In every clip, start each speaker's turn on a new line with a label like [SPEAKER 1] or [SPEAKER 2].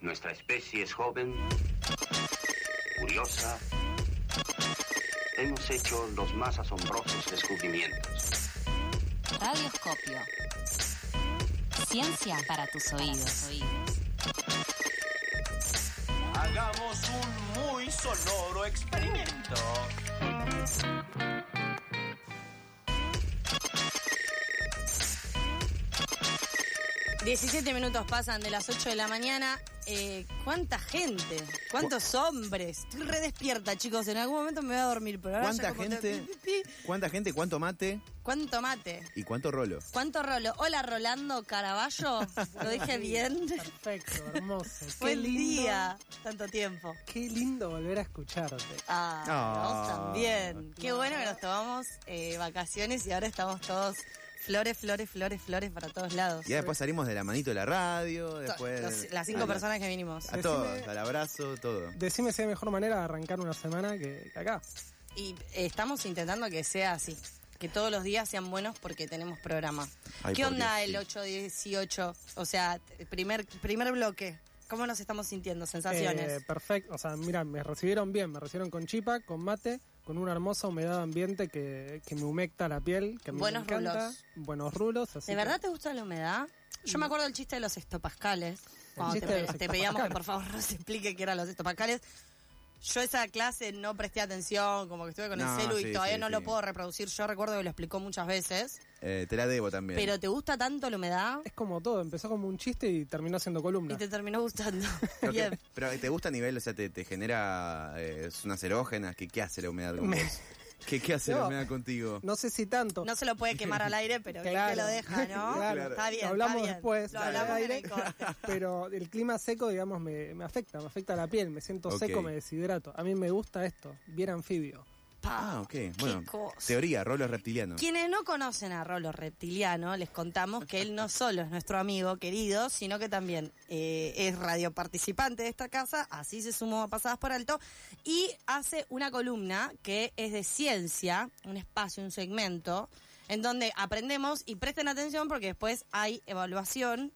[SPEAKER 1] Nuestra especie es joven, curiosa. Hemos hecho los más asombrosos descubrimientos.
[SPEAKER 2] Radioscopio. Ciencia para tus oídos.
[SPEAKER 3] Hagamos un muy sonoro experimento.
[SPEAKER 4] Diecisiete minutos pasan de las 8 de la mañana. Eh, ¿Cuánta gente? ¿Cuántos hombres? Estoy re despierta, chicos. En algún momento me voy a dormir, pero ahora
[SPEAKER 5] ¿Cuánta
[SPEAKER 4] ya como te-
[SPEAKER 5] gente?
[SPEAKER 4] pi, pi, pi.
[SPEAKER 5] ¿Cuánta gente? ¿Cuánto mate?
[SPEAKER 4] ¿Cuánto mate?
[SPEAKER 5] ¿Y cuánto rolo?
[SPEAKER 4] ¿Cuánto rolo? Hola, Rolando Caraballo. ¿Lo dije bien?
[SPEAKER 6] Perfecto, hermoso. Qué
[SPEAKER 4] Buen
[SPEAKER 6] lindo,
[SPEAKER 4] día. Tanto tiempo.
[SPEAKER 6] Qué lindo volver a escucharte.
[SPEAKER 4] Ah,
[SPEAKER 5] Ah.
[SPEAKER 4] vos también. Qué bueno que nos tomamos eh, vacaciones y ahora estamos todos flores, flores, flores, flores para todos lados.
[SPEAKER 5] Ya después salimos de la manito de la radio,
[SPEAKER 4] To-
[SPEAKER 5] después...
[SPEAKER 4] los- las cinco
[SPEAKER 5] a la-
[SPEAKER 4] personas que vinimos.
[SPEAKER 5] A todos, al abrazo, todo.
[SPEAKER 6] Decime si hay mejor manera de arrancar una semana que que acá.
[SPEAKER 4] Y eh, estamos intentando que sea así. Que todos los días sean buenos porque tenemos programa.
[SPEAKER 5] Ay,
[SPEAKER 4] ¿Qué
[SPEAKER 5] por
[SPEAKER 4] onda
[SPEAKER 5] Dios,
[SPEAKER 4] el
[SPEAKER 5] sí.
[SPEAKER 4] 818? O sea, t- primer, primer bloque. ¿Cómo nos estamos sintiendo?
[SPEAKER 6] Eh,
[SPEAKER 4] Sensaciones.
[SPEAKER 6] perfecto. O sea, mira, me recibieron bien. Me recibieron con chipa, con mate, con una hermosa humedad de ambiente que, que me humecta la piel, que me
[SPEAKER 4] Buenos
[SPEAKER 6] encanta.
[SPEAKER 4] rulos.
[SPEAKER 6] Buenos rulos.
[SPEAKER 4] ¿De
[SPEAKER 6] así que-
[SPEAKER 4] verdad te gusta la humedad? Yo me acuerdo del chiste de los estopascales. Cuando te,
[SPEAKER 6] chiste de
[SPEAKER 4] pe-
[SPEAKER 6] los
[SPEAKER 4] te pedíamos que
[SPEAKER 6] estopascales.
[SPEAKER 4] por favor nos explique qué eran los estopascales. Yo esa clase no presté atención, como que estuve con
[SPEAKER 5] No,
[SPEAKER 4] el celu y
[SPEAKER 5] sí,
[SPEAKER 4] todavía
[SPEAKER 5] sí,
[SPEAKER 4] no
[SPEAKER 5] sí.
[SPEAKER 4] lo puedo reproducir. Yo recuerdo que lo explicó muchas veces.
[SPEAKER 5] Eh, te la debo también.
[SPEAKER 4] Pero ¿te gusta tanto la humedad?
[SPEAKER 6] Es como todo. Empezó como un chiste y terminó siendo columna.
[SPEAKER 4] Y te terminó gustando.
[SPEAKER 5] Pero, que-
[SPEAKER 4] Bien.
[SPEAKER 5] pero eh, te gusta a nivel, o sea, te, te genera eh, unas erógenas, que qué hace la humedad con vos? ¿Qué, qué hace la
[SPEAKER 6] No.
[SPEAKER 5] humedad contigo?
[SPEAKER 6] No sé si tanto.
[SPEAKER 4] No se lo puede quemar al aire, pero bien
[SPEAKER 6] Claro.
[SPEAKER 4] que lo deja, ¿no?
[SPEAKER 6] Claro.
[SPEAKER 4] Está bien.
[SPEAKER 6] Lo hablamos
[SPEAKER 4] está bien.
[SPEAKER 6] después,
[SPEAKER 4] Lo
[SPEAKER 6] al
[SPEAKER 4] hablamos en
[SPEAKER 6] aire.
[SPEAKER 4] el corte.
[SPEAKER 6] Pero el clima seco, digamos, me, me afecta, me afecta la piel, me siento
[SPEAKER 5] Ok.
[SPEAKER 6] seco, me deshidrato. A mí me gusta esto, bien anfibio.
[SPEAKER 4] Pa.
[SPEAKER 5] Ah, ok. Bueno,
[SPEAKER 4] cosa.
[SPEAKER 5] teoría, rolos reptilianos.
[SPEAKER 4] Quienes no conocen a Rolo Reptiliano, les contamos que él no solo es nuestro amigo querido, sino que también eh, es radioparticipante de esta casa, así se sumó a Pasadas por Alto, y hace una columna que es de ciencia, un espacio, un segmento, en donde aprendemos y presten atención porque después hay evaluación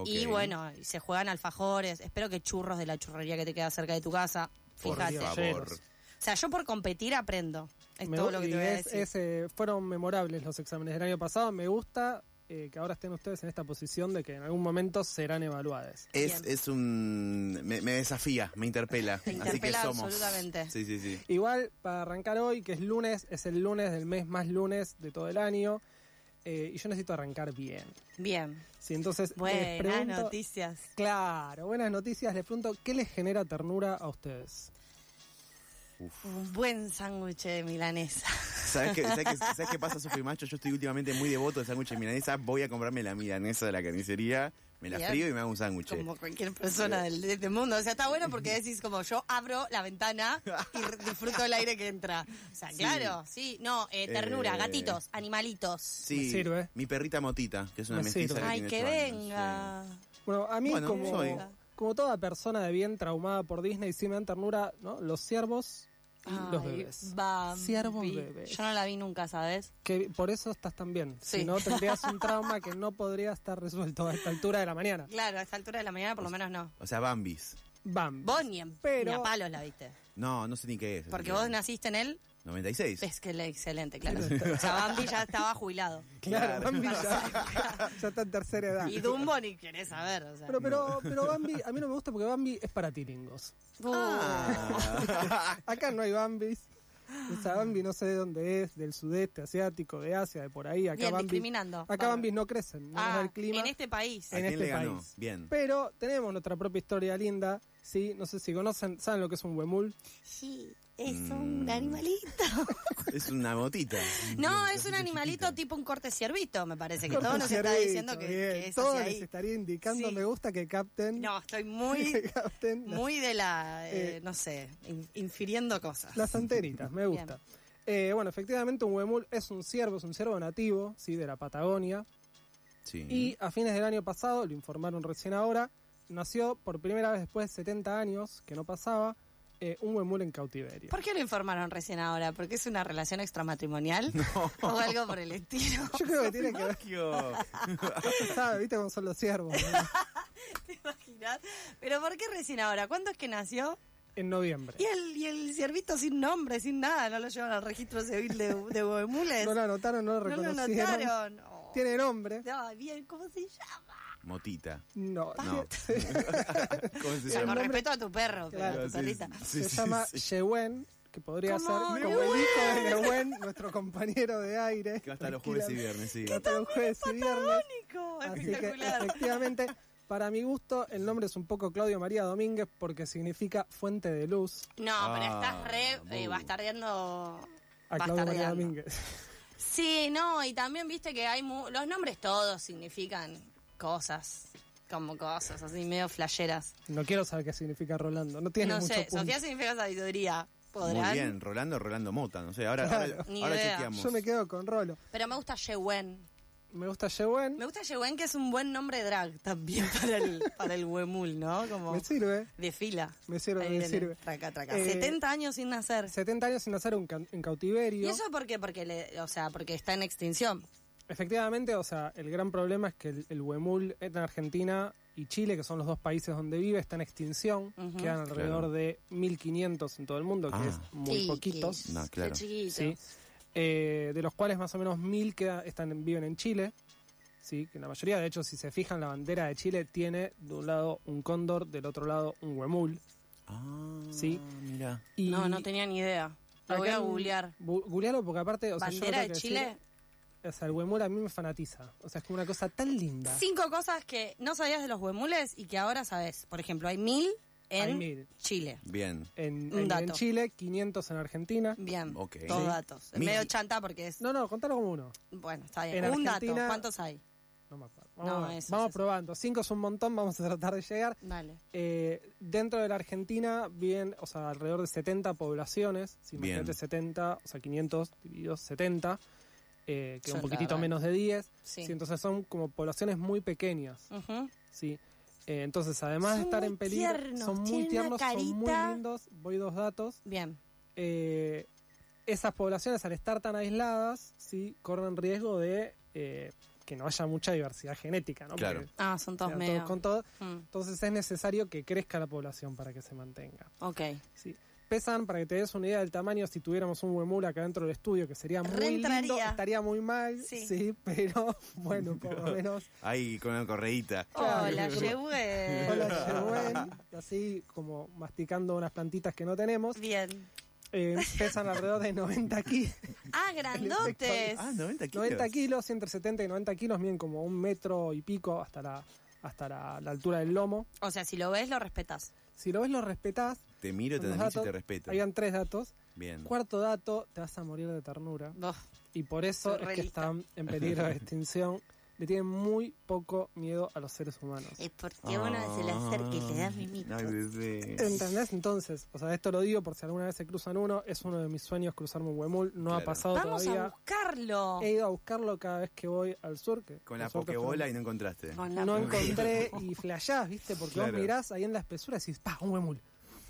[SPEAKER 5] Ok.
[SPEAKER 4] Y bueno, y se juegan alfajores. Espero que churros de la churrería que te queda cerca de tu casa.
[SPEAKER 5] por
[SPEAKER 4] Fíjate.
[SPEAKER 6] Dios.
[SPEAKER 5] favor.
[SPEAKER 4] O sea, yo por competir aprendo. Es
[SPEAKER 6] Me
[SPEAKER 4] todo
[SPEAKER 6] gu-
[SPEAKER 4] lo que
[SPEAKER 6] y
[SPEAKER 4] te voy a
[SPEAKER 6] es-
[SPEAKER 4] decir.
[SPEAKER 6] es, eh, fueron memorables los exámenes del año pasado. Me gusta eh, que ahora estén ustedes en esta posición de que en algún momento serán evaluadas.
[SPEAKER 5] Es,
[SPEAKER 4] Bien.
[SPEAKER 5] es un... Me, me desafía, me interpela.
[SPEAKER 4] Te
[SPEAKER 5] Así que
[SPEAKER 4] interpela
[SPEAKER 5] somos.
[SPEAKER 4] absolutamente.
[SPEAKER 5] Sí, sí, sí.
[SPEAKER 6] Igual, para arrancar hoy, que es lunes, es el lunes del mes más lunes de todo el año. eh, y yo necesito arrancar bien.
[SPEAKER 4] Bien.
[SPEAKER 6] Sí, entonces, eh, les
[SPEAKER 4] Buenas
[SPEAKER 6] pregunto-
[SPEAKER 4] noticias.
[SPEAKER 6] Claro, buenas noticias. Les pregunto, ¿qué les genera ternura a ustedes?
[SPEAKER 4] Un buen sándwich de milanesa.
[SPEAKER 5] ¿Sabes qué, sabés qué- sabés qué pasa, Sofi Macho? Yo estoy últimamente muy devoto de sándwich de milanesa. Voy a comprarme la milanesa de la carnicería, me la
[SPEAKER 4] Bien.
[SPEAKER 5] frío y me hago un sándwich.
[SPEAKER 4] Como cualquier persona del, de este mundo. O sea, está bueno porque decís como yo abro la ventana y r- disfruto el aire que entra. O sea, claro, sí. No, eh, ternura,
[SPEAKER 5] Eh.
[SPEAKER 4] gatitos, animalitos.
[SPEAKER 5] Sí,
[SPEAKER 6] Me sirve.
[SPEAKER 5] mi perrita Motita, que es una
[SPEAKER 6] Me
[SPEAKER 5] mestiza
[SPEAKER 6] sirve.
[SPEAKER 5] que
[SPEAKER 4] Ay,
[SPEAKER 5] tiene
[SPEAKER 4] que
[SPEAKER 5] ocho años,
[SPEAKER 4] venga.
[SPEAKER 6] Bueno, a mí
[SPEAKER 5] Bueno,
[SPEAKER 6] como,
[SPEAKER 5] soy.
[SPEAKER 6] como toda persona de bien traumada por Disney, sí me dan ternura, ¿no? Los ciervos y los
[SPEAKER 4] Ay,
[SPEAKER 6] bebés.
[SPEAKER 4] Bambi.
[SPEAKER 6] Ciervos bebés.
[SPEAKER 4] Yo no la vi nunca, ¿sabes?
[SPEAKER 6] Que por eso estás tan bien.
[SPEAKER 4] Sí.
[SPEAKER 6] Si no, tendrías un trauma que no podría estar resuelto a esta altura de la mañana.
[SPEAKER 4] Claro, a esta altura de la mañana por lo menos no.
[SPEAKER 5] sí. O sea, Bambis.
[SPEAKER 6] Bam.
[SPEAKER 4] Vos ni en
[SPEAKER 6] Pues Pero-
[SPEAKER 4] ni a palos la viste.
[SPEAKER 5] No, no sé ni qué es. así
[SPEAKER 4] Porque
[SPEAKER 5] que-
[SPEAKER 4] vos naciste en él.
[SPEAKER 5] 96.
[SPEAKER 4] Es que le excelente, claro. O sea, Bambi ya estaba jubilado.
[SPEAKER 6] Claro, Bambi ya, ya está en tercera edad.
[SPEAKER 4] Y Dumbo ni querés saber, o sea.
[SPEAKER 6] Pero, pero, pero Bambi, a mí no me gusta porque Bambi es para tiringos.
[SPEAKER 4] Uh,
[SPEAKER 6] Acá no hay Bambis. O sea, Bambi no sé de dónde es, del sudeste asiático, de Asia, de por ahí. Acá
[SPEAKER 4] Bien,
[SPEAKER 6] Bambi,
[SPEAKER 4] discriminando.
[SPEAKER 6] Acá
[SPEAKER 4] Bárbaro.
[SPEAKER 6] Bambis no crecen, no
[SPEAKER 4] ah,
[SPEAKER 6] es el clima.
[SPEAKER 4] en este país.
[SPEAKER 5] ¿A
[SPEAKER 6] en
[SPEAKER 5] quién
[SPEAKER 6] este
[SPEAKER 5] le ganó?
[SPEAKER 6] país.
[SPEAKER 5] Bien.
[SPEAKER 6] Pero tenemos nuestra propia historia linda, ¿sí? No sé si conocen, ¿saben lo que es un huemul?
[SPEAKER 4] Sí, es
[SPEAKER 5] Mm.
[SPEAKER 4] un animalito.
[SPEAKER 5] Es una motita.
[SPEAKER 4] No, es un animalito tipo un corte ciervito, me parece. Que todo nos está
[SPEAKER 6] Cortociervito,
[SPEAKER 4] diciendo que,
[SPEAKER 6] bien.
[SPEAKER 4] que es
[SPEAKER 6] Todo
[SPEAKER 4] hacia
[SPEAKER 6] les
[SPEAKER 4] ahí.
[SPEAKER 6] estaría indicando,
[SPEAKER 4] Sí.
[SPEAKER 6] me gusta que capten.
[SPEAKER 4] No, estoy muy,
[SPEAKER 6] que capten las-
[SPEAKER 4] muy de la, eh,
[SPEAKER 6] Eh,
[SPEAKER 4] no sé, in- infiriendo cosas.
[SPEAKER 6] Las antenitas, me
[SPEAKER 4] Bien.
[SPEAKER 6] gusta. Eh, bueno, efectivamente un huemul es un ciervo, es un ciervo nativo, ¿sí? De la Patagonia.
[SPEAKER 5] Sí.
[SPEAKER 6] Y a fines del año pasado, lo informaron recién ahora, nació por primera vez después de 70 años, que no pasaba, eh, un huemul en cautiverio.
[SPEAKER 4] ¿Por qué lo informaron recién ahora? ¿Porque es una relación extramatrimonial? ¿O algo por el estilo?
[SPEAKER 6] Yo creo que tiene que ver,
[SPEAKER 5] Sergio.
[SPEAKER 6] ¿sabe? ¿Viste cómo son los ciervos? ¿no?
[SPEAKER 4] ¿Te imaginas? atrás. Pero ¿por qué recién ahora? ¿Cuándo es que nació?
[SPEAKER 6] en noviembre.
[SPEAKER 4] Y el, y el ciervito sin nombre, sin nada, no lo llevan al registro civil de, de Bohemules.
[SPEAKER 6] No lo anotaron, no lo
[SPEAKER 4] No lo
[SPEAKER 6] reconocieron.
[SPEAKER 4] notaron. Oh.
[SPEAKER 6] Tiene nombre.
[SPEAKER 4] No, bien, ¿cómo se llama?
[SPEAKER 5] Motita.
[SPEAKER 6] No,
[SPEAKER 5] No. ¿Cómo se
[SPEAKER 4] Pero con
[SPEAKER 5] llama?
[SPEAKER 4] respeto a tu perro, pero
[SPEAKER 6] Claro,
[SPEAKER 4] a tu
[SPEAKER 5] sí,
[SPEAKER 4] perrita.
[SPEAKER 5] sí,
[SPEAKER 6] se
[SPEAKER 5] sí,
[SPEAKER 6] llama
[SPEAKER 5] sí.
[SPEAKER 6] Yewen, que podría
[SPEAKER 4] Como
[SPEAKER 6] ser como el hijo de Lewen, nuestro compañero de aire.
[SPEAKER 5] Que va a estar los jueves y
[SPEAKER 6] tranquilamente.
[SPEAKER 5] viernes, sí.
[SPEAKER 6] Que hasta los jueves y viernes.
[SPEAKER 4] Único,
[SPEAKER 6] Así que
[SPEAKER 4] espectacular.
[SPEAKER 6] efectivamente, para mi gusto, el nombre es un poco Claudio María Domínguez porque significa fuente de luz
[SPEAKER 4] No, pero estás
[SPEAKER 5] Ah,
[SPEAKER 4] re eh,
[SPEAKER 5] bu.
[SPEAKER 4] bastardeando.
[SPEAKER 6] a Claudio María
[SPEAKER 4] bastardeando.
[SPEAKER 6] Domínguez.
[SPEAKER 4] Sí, no, y también viste que hay mu- los nombres todos significan cosas, como cosas así medio flasheras.
[SPEAKER 6] No quiero saber qué significa Rolando, no tiene
[SPEAKER 4] no
[SPEAKER 6] mucho
[SPEAKER 4] sé,
[SPEAKER 6] punto.
[SPEAKER 4] Sofía significa sabiduría, podrán.
[SPEAKER 5] Muy bien, Rolando, Rolando Mota, no sé, ahora, ahora,
[SPEAKER 4] Ni
[SPEAKER 5] ahora
[SPEAKER 4] idea.
[SPEAKER 5] chequeamos.
[SPEAKER 6] Yo me quedo con Rolo.
[SPEAKER 4] Pero me gusta Yewen.
[SPEAKER 6] Me gusta Yewen,
[SPEAKER 4] Me gusta Yewen que es un buen nombre drag también para el para el huemul, ¿no? Como
[SPEAKER 6] me sirve.
[SPEAKER 4] de fila.
[SPEAKER 6] Me sirve,
[SPEAKER 4] Ahí
[SPEAKER 6] me
[SPEAKER 4] viene,
[SPEAKER 6] sirve.
[SPEAKER 4] Traca, traca.
[SPEAKER 6] Eh,
[SPEAKER 4] 70 años sin nacer.
[SPEAKER 6] 70 años sin hacer un can- en cautiverio.
[SPEAKER 4] ¿Y eso por qué? Porque, le- o sea, porque está en extinción.
[SPEAKER 6] Efectivamente, o sea, el gran problema es que el, el huemul en Argentina y Chile, que son los dos países donde vive, está en extinción.
[SPEAKER 4] Ujú.
[SPEAKER 6] Quedan alrededor
[SPEAKER 5] Claro.
[SPEAKER 6] de 1.500 en todo el mundo,
[SPEAKER 5] Ah.
[SPEAKER 6] que es muy
[SPEAKER 4] Chiquis,
[SPEAKER 6] poquitos.
[SPEAKER 5] No,
[SPEAKER 4] re
[SPEAKER 5] claro.
[SPEAKER 4] chiquitos.
[SPEAKER 6] ¿sí? Eh, de los cuales más o menos 1.000 queda- están, en- viven en Chile. Sí, que la mayoría, de hecho, si se fijan, la bandera de Chile tiene de un lado un cóndor, del otro lado un huemul.
[SPEAKER 5] Ah,
[SPEAKER 6] Sí.
[SPEAKER 5] mira.
[SPEAKER 6] Y
[SPEAKER 4] No, no tenía ni idea. Lo voy
[SPEAKER 6] acá
[SPEAKER 4] a
[SPEAKER 6] en-
[SPEAKER 4] googlear.
[SPEAKER 6] bu- googlealo porque aparte, o sea, yo lo
[SPEAKER 4] Bandera
[SPEAKER 6] tengo
[SPEAKER 4] de
[SPEAKER 6] que
[SPEAKER 4] Chile.
[SPEAKER 6] decir, o sea, el huemul a mí me fanatiza. O sea, es como una cosa tan linda.
[SPEAKER 4] Cinco cosas que no sabías de los huemules y que ahora sabes. Por ejemplo, hay mil en
[SPEAKER 6] Hay mil.
[SPEAKER 4] Chile.
[SPEAKER 5] Bien.
[SPEAKER 6] en,
[SPEAKER 4] Un
[SPEAKER 6] en-
[SPEAKER 4] dato. Mm.
[SPEAKER 6] en Chile, 500 en Argentina.
[SPEAKER 4] Bien,
[SPEAKER 5] Ok.
[SPEAKER 4] todos
[SPEAKER 5] Sí.
[SPEAKER 4] datos. Es
[SPEAKER 5] Mil.
[SPEAKER 4] medio chanta porque es...
[SPEAKER 6] No, no, contalo como uno.
[SPEAKER 4] Bueno, está bien.
[SPEAKER 6] En
[SPEAKER 4] Un dato,
[SPEAKER 6] Argentina-
[SPEAKER 4] ¿cuántos hay?
[SPEAKER 6] No me acuerdo.
[SPEAKER 4] No,
[SPEAKER 6] Vamos, a ver.
[SPEAKER 4] eso,
[SPEAKER 6] Vamos
[SPEAKER 4] eso.
[SPEAKER 6] probando. Cinco es un montón, vamos a tratar de llegar.
[SPEAKER 4] Dale.
[SPEAKER 6] Eh, dentro de la Argentina viven, o sea, alrededor de 70 poblaciones. Si
[SPEAKER 5] Bien.
[SPEAKER 6] imagínate 70, o sea, 500 divididos 70, eh, que es
[SPEAKER 4] Suena
[SPEAKER 6] un poquitito
[SPEAKER 4] raro.
[SPEAKER 6] menos de 10.
[SPEAKER 4] Sí.
[SPEAKER 6] Sí, entonces son como poblaciones muy pequeñas.
[SPEAKER 4] Ujú.
[SPEAKER 6] Sí. Eh, entonces, además
[SPEAKER 4] Son
[SPEAKER 6] de estar
[SPEAKER 4] muy
[SPEAKER 6] en peligro,
[SPEAKER 4] tiernos,
[SPEAKER 6] son muy
[SPEAKER 4] tienen una
[SPEAKER 6] tiernos, son muy
[SPEAKER 4] carita.
[SPEAKER 6] lindos. Voy dos datos.
[SPEAKER 4] Bien.
[SPEAKER 6] eh, esas poblaciones al estar tan aisladas, sí, corren riesgo de eh, que no haya mucha diversidad genética, ¿no?
[SPEAKER 5] Claro.
[SPEAKER 6] Porque
[SPEAKER 4] Ah, son todos
[SPEAKER 6] quedan
[SPEAKER 4] medio...
[SPEAKER 6] todos con todo.
[SPEAKER 4] Mm,
[SPEAKER 6] Entonces es necesario que crezca la población para que se mantenga.
[SPEAKER 4] ok.
[SPEAKER 6] ¿sí? Pesan, para que te des una idea del tamaño, si tuviéramos un huemul acá dentro del estudio, que sería muy
[SPEAKER 4] Reentraría.
[SPEAKER 6] lindo, estaría muy mal,
[SPEAKER 4] Sí.
[SPEAKER 6] sí, pero bueno, por lo menos.
[SPEAKER 5] Ahí con una correíta.
[SPEAKER 6] Claro.
[SPEAKER 4] Hola, Yewen.
[SPEAKER 6] Hola, Yehuen, así como masticando unas plantitas que no tenemos.
[SPEAKER 4] Bien.
[SPEAKER 6] Eh, pesan alrededor de 90 kilos.
[SPEAKER 4] Ah, grandotes.
[SPEAKER 5] Ah, 90 kilos.
[SPEAKER 6] 90 kilos, entre 70 y 90 kilos, miden como un metro y pico hasta la, hasta la, la altura del lomo.
[SPEAKER 4] O sea, si lo ves, lo respetas.
[SPEAKER 6] Si lo ves, lo respetás.
[SPEAKER 5] Te miro, te
[SPEAKER 6] Los
[SPEAKER 5] analizo y
[SPEAKER 6] datos-
[SPEAKER 5] te respeto.
[SPEAKER 6] Habían tres datos.
[SPEAKER 5] Bien.
[SPEAKER 6] Cuarto dato, te vas a morir de ternura. Y por eso
[SPEAKER 4] Soy
[SPEAKER 6] es que
[SPEAKER 4] realista.
[SPEAKER 6] están en peligro de extinción. Le tienen muy poco miedo a los seres humanos.
[SPEAKER 2] Es porque uno se le acerca y le da
[SPEAKER 5] Ah,
[SPEAKER 2] mimito.
[SPEAKER 5] Ay, bebé.
[SPEAKER 6] ¿Entendés? Entonces, o sea, esto lo digo por si alguna vez se cruzan uno. Es uno de mis sueños cruzarme un huemul. No ha
[SPEAKER 5] Claro.
[SPEAKER 6] pasado
[SPEAKER 4] Vamos a
[SPEAKER 6] todavía.
[SPEAKER 4] buscarlo.
[SPEAKER 6] He ido a buscarlo cada vez que voy al sur. que
[SPEAKER 5] Con la
[SPEAKER 6] por suerte
[SPEAKER 5] pokebola y no encontraste.
[SPEAKER 4] Con la
[SPEAKER 6] no
[SPEAKER 4] pu-
[SPEAKER 6] encontré y flashás, ¿viste? Porque
[SPEAKER 5] Claro.
[SPEAKER 6] vos mirás ahí en las espesuras y decís, ¡pah! Un huemul.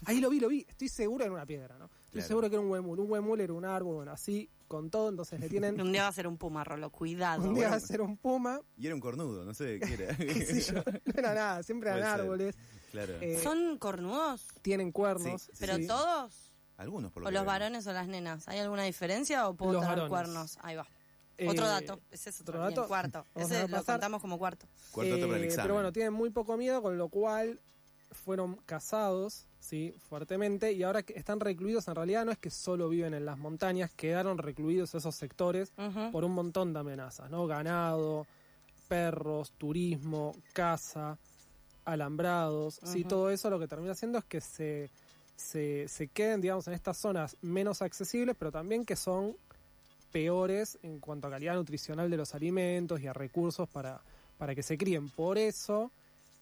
[SPEAKER 6] Ahí lo vi, lo vi. Estoy seguro que era una piedra, ¿no? Estoy
[SPEAKER 5] Claro.
[SPEAKER 6] seguro que era un huemul. Un huemul era un árbol, bueno, así, con todo. Entonces le tienen.
[SPEAKER 4] Un día va a ser un puma, Rolo. Cuidado.
[SPEAKER 6] un día va a ser un puma.
[SPEAKER 5] Y era un cornudo, no sé qué era.
[SPEAKER 6] qué sé yo. No era nada, siempre eran
[SPEAKER 5] Puede ser.
[SPEAKER 6] árboles.
[SPEAKER 5] Claro.
[SPEAKER 6] eh,
[SPEAKER 4] ¿Son cornudos?
[SPEAKER 6] Tienen cuernos.
[SPEAKER 5] Sí, sí,
[SPEAKER 4] ¿Pero
[SPEAKER 5] sí.
[SPEAKER 4] todos?
[SPEAKER 5] Algunos, por
[SPEAKER 4] ¿O
[SPEAKER 5] lo que
[SPEAKER 4] los
[SPEAKER 5] veo.
[SPEAKER 4] varones o las nenas? ¿Hay alguna diferencia o puedo
[SPEAKER 6] Los
[SPEAKER 4] tener
[SPEAKER 6] varones.
[SPEAKER 4] cuernos? Ahí va.
[SPEAKER 6] Eh,
[SPEAKER 4] otro dato. Ese es otro
[SPEAKER 6] ¿otro
[SPEAKER 4] dato.
[SPEAKER 6] dato?
[SPEAKER 4] cuarto.
[SPEAKER 6] Vamos a
[SPEAKER 4] Ese lo
[SPEAKER 6] pasar.
[SPEAKER 4] contamos como cuarto.
[SPEAKER 5] Cuarto dato para el
[SPEAKER 6] Eh,
[SPEAKER 5] examen.
[SPEAKER 6] Pero bueno, tienen muy poco miedo, con lo cual fueron cazados, sí, fuertemente, y ahora que están recluidos, en realidad no es que solo viven en las montañas, quedaron recluidos esos sectores
[SPEAKER 4] Ujú.
[SPEAKER 6] por un montón de amenazas, ¿no? Ganado, perros, turismo, caza, alambrados, sí,
[SPEAKER 4] Ujú.
[SPEAKER 6] todo eso lo que termina haciendo es que se, se, se queden, digamos, en estas zonas menos accesibles, pero también que son peores en cuanto a calidad nutricional de los alimentos y a recursos para, para que se críen. Por eso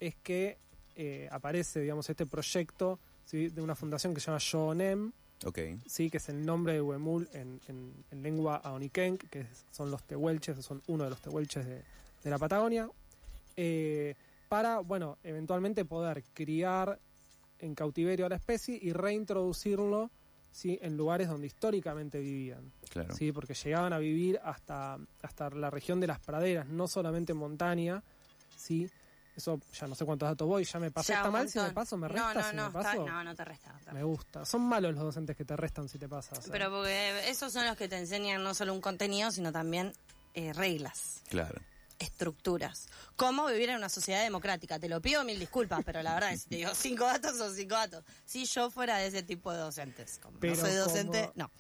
[SPEAKER 6] es que eh, aparece, digamos, este proyecto ¿sí? de una fundación que se llama Shonem,
[SPEAKER 5] Ok.
[SPEAKER 6] sí, que es el nombre de Huemul en, en- en lengua aonikenk, que es- son los tehuelches, son uno de los tehuelches de, de la Patagonia, eh, para, bueno, eventualmente poder criar en cautiverio a la especie y reintroducirlo ¿sí? en lugares donde históricamente vivían,
[SPEAKER 5] Claro.
[SPEAKER 6] ¿sí? porque llegaban a vivir hasta, hasta la región de las praderas, no solamente en montaña, ¿sí? Eso ya no sé cuántos datos voy, ya me pasé.
[SPEAKER 4] Ya,
[SPEAKER 6] ¿Está
[SPEAKER 4] un
[SPEAKER 6] mal si
[SPEAKER 4] montón.
[SPEAKER 6] me paso? ¿Me resta
[SPEAKER 4] no, no,
[SPEAKER 6] si
[SPEAKER 4] no,
[SPEAKER 6] me
[SPEAKER 4] está-
[SPEAKER 6] paso?
[SPEAKER 4] no, no te resta. no te
[SPEAKER 6] Me
[SPEAKER 4] resta.
[SPEAKER 6] gusta. Son malos los docentes que te restan si te pasas. ¿eh?
[SPEAKER 4] Pero porque esos son los que te enseñan no solo un contenido, sino también eh, reglas,
[SPEAKER 5] Claro.
[SPEAKER 4] estructuras. Cómo vivir en una sociedad democrática. Te lo pido mil disculpas, pero la verdad es que te digo cinco datos son cinco datos. Si yo fuera de ese tipo de docentes, como
[SPEAKER 6] Pero
[SPEAKER 4] no soy docente,
[SPEAKER 6] como-
[SPEAKER 4] no.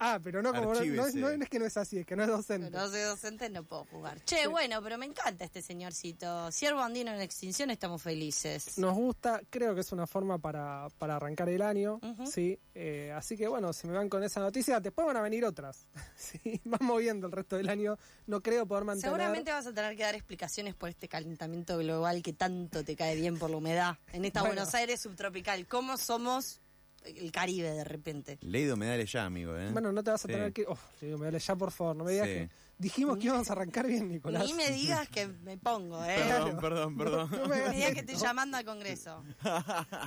[SPEAKER 6] Ah, pero no, como no, no es- no
[SPEAKER 5] Archívese.
[SPEAKER 6] es que no es así, es que no es docente.
[SPEAKER 4] No soy docente, no puedo jugar. Che, bueno, pero me encanta este señorcito. Siervo andino en extinción, estamos felices.
[SPEAKER 6] Nos gusta, creo que es una forma para, para arrancar el año,
[SPEAKER 4] Ujú.
[SPEAKER 6] ¿sí? Eh, así que bueno, si me van con esa noticia, después van a venir otras, ¿sí? Van moviendo el resto del año, no creo poder mantener...
[SPEAKER 4] Seguramente vas a tener que dar explicaciones por este calentamiento global que tanto te cae bien por la humedad en esta
[SPEAKER 6] Bueno.
[SPEAKER 4] Buenos Aires subtropical. ¿Cómo somos el Caribe de repente?
[SPEAKER 5] Ley de humedales ya, amigo, ¿eh?
[SPEAKER 6] Bueno, no te vas a
[SPEAKER 5] Sí.
[SPEAKER 6] tener que... Oh, le digo, me dale ya, por favor, no me digas
[SPEAKER 5] Sí.
[SPEAKER 6] que... Dijimos que íbamos a arrancar bien, Nicolás.
[SPEAKER 4] Ni me digas que me pongo, ¿eh?
[SPEAKER 5] Perdón, perdón, perdón.
[SPEAKER 6] No me
[SPEAKER 4] Ni me
[SPEAKER 6] hagas
[SPEAKER 4] digas que
[SPEAKER 6] esto.
[SPEAKER 4] estoy llamando al Congreso.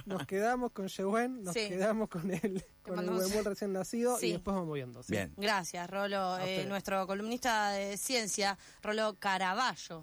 [SPEAKER 6] Nos quedamos con Yewen, nos
[SPEAKER 4] Sí.
[SPEAKER 6] quedamos con el, con el
[SPEAKER 4] mandamos-
[SPEAKER 6] huemul recién nacido
[SPEAKER 4] Sí.
[SPEAKER 6] y después vamos moviendo. ¿sí?
[SPEAKER 5] Bien.
[SPEAKER 4] Gracias, Rolo, eh,
[SPEAKER 6] ustedes.
[SPEAKER 4] nuestro columnista de ciencia, Rolo Caraballo.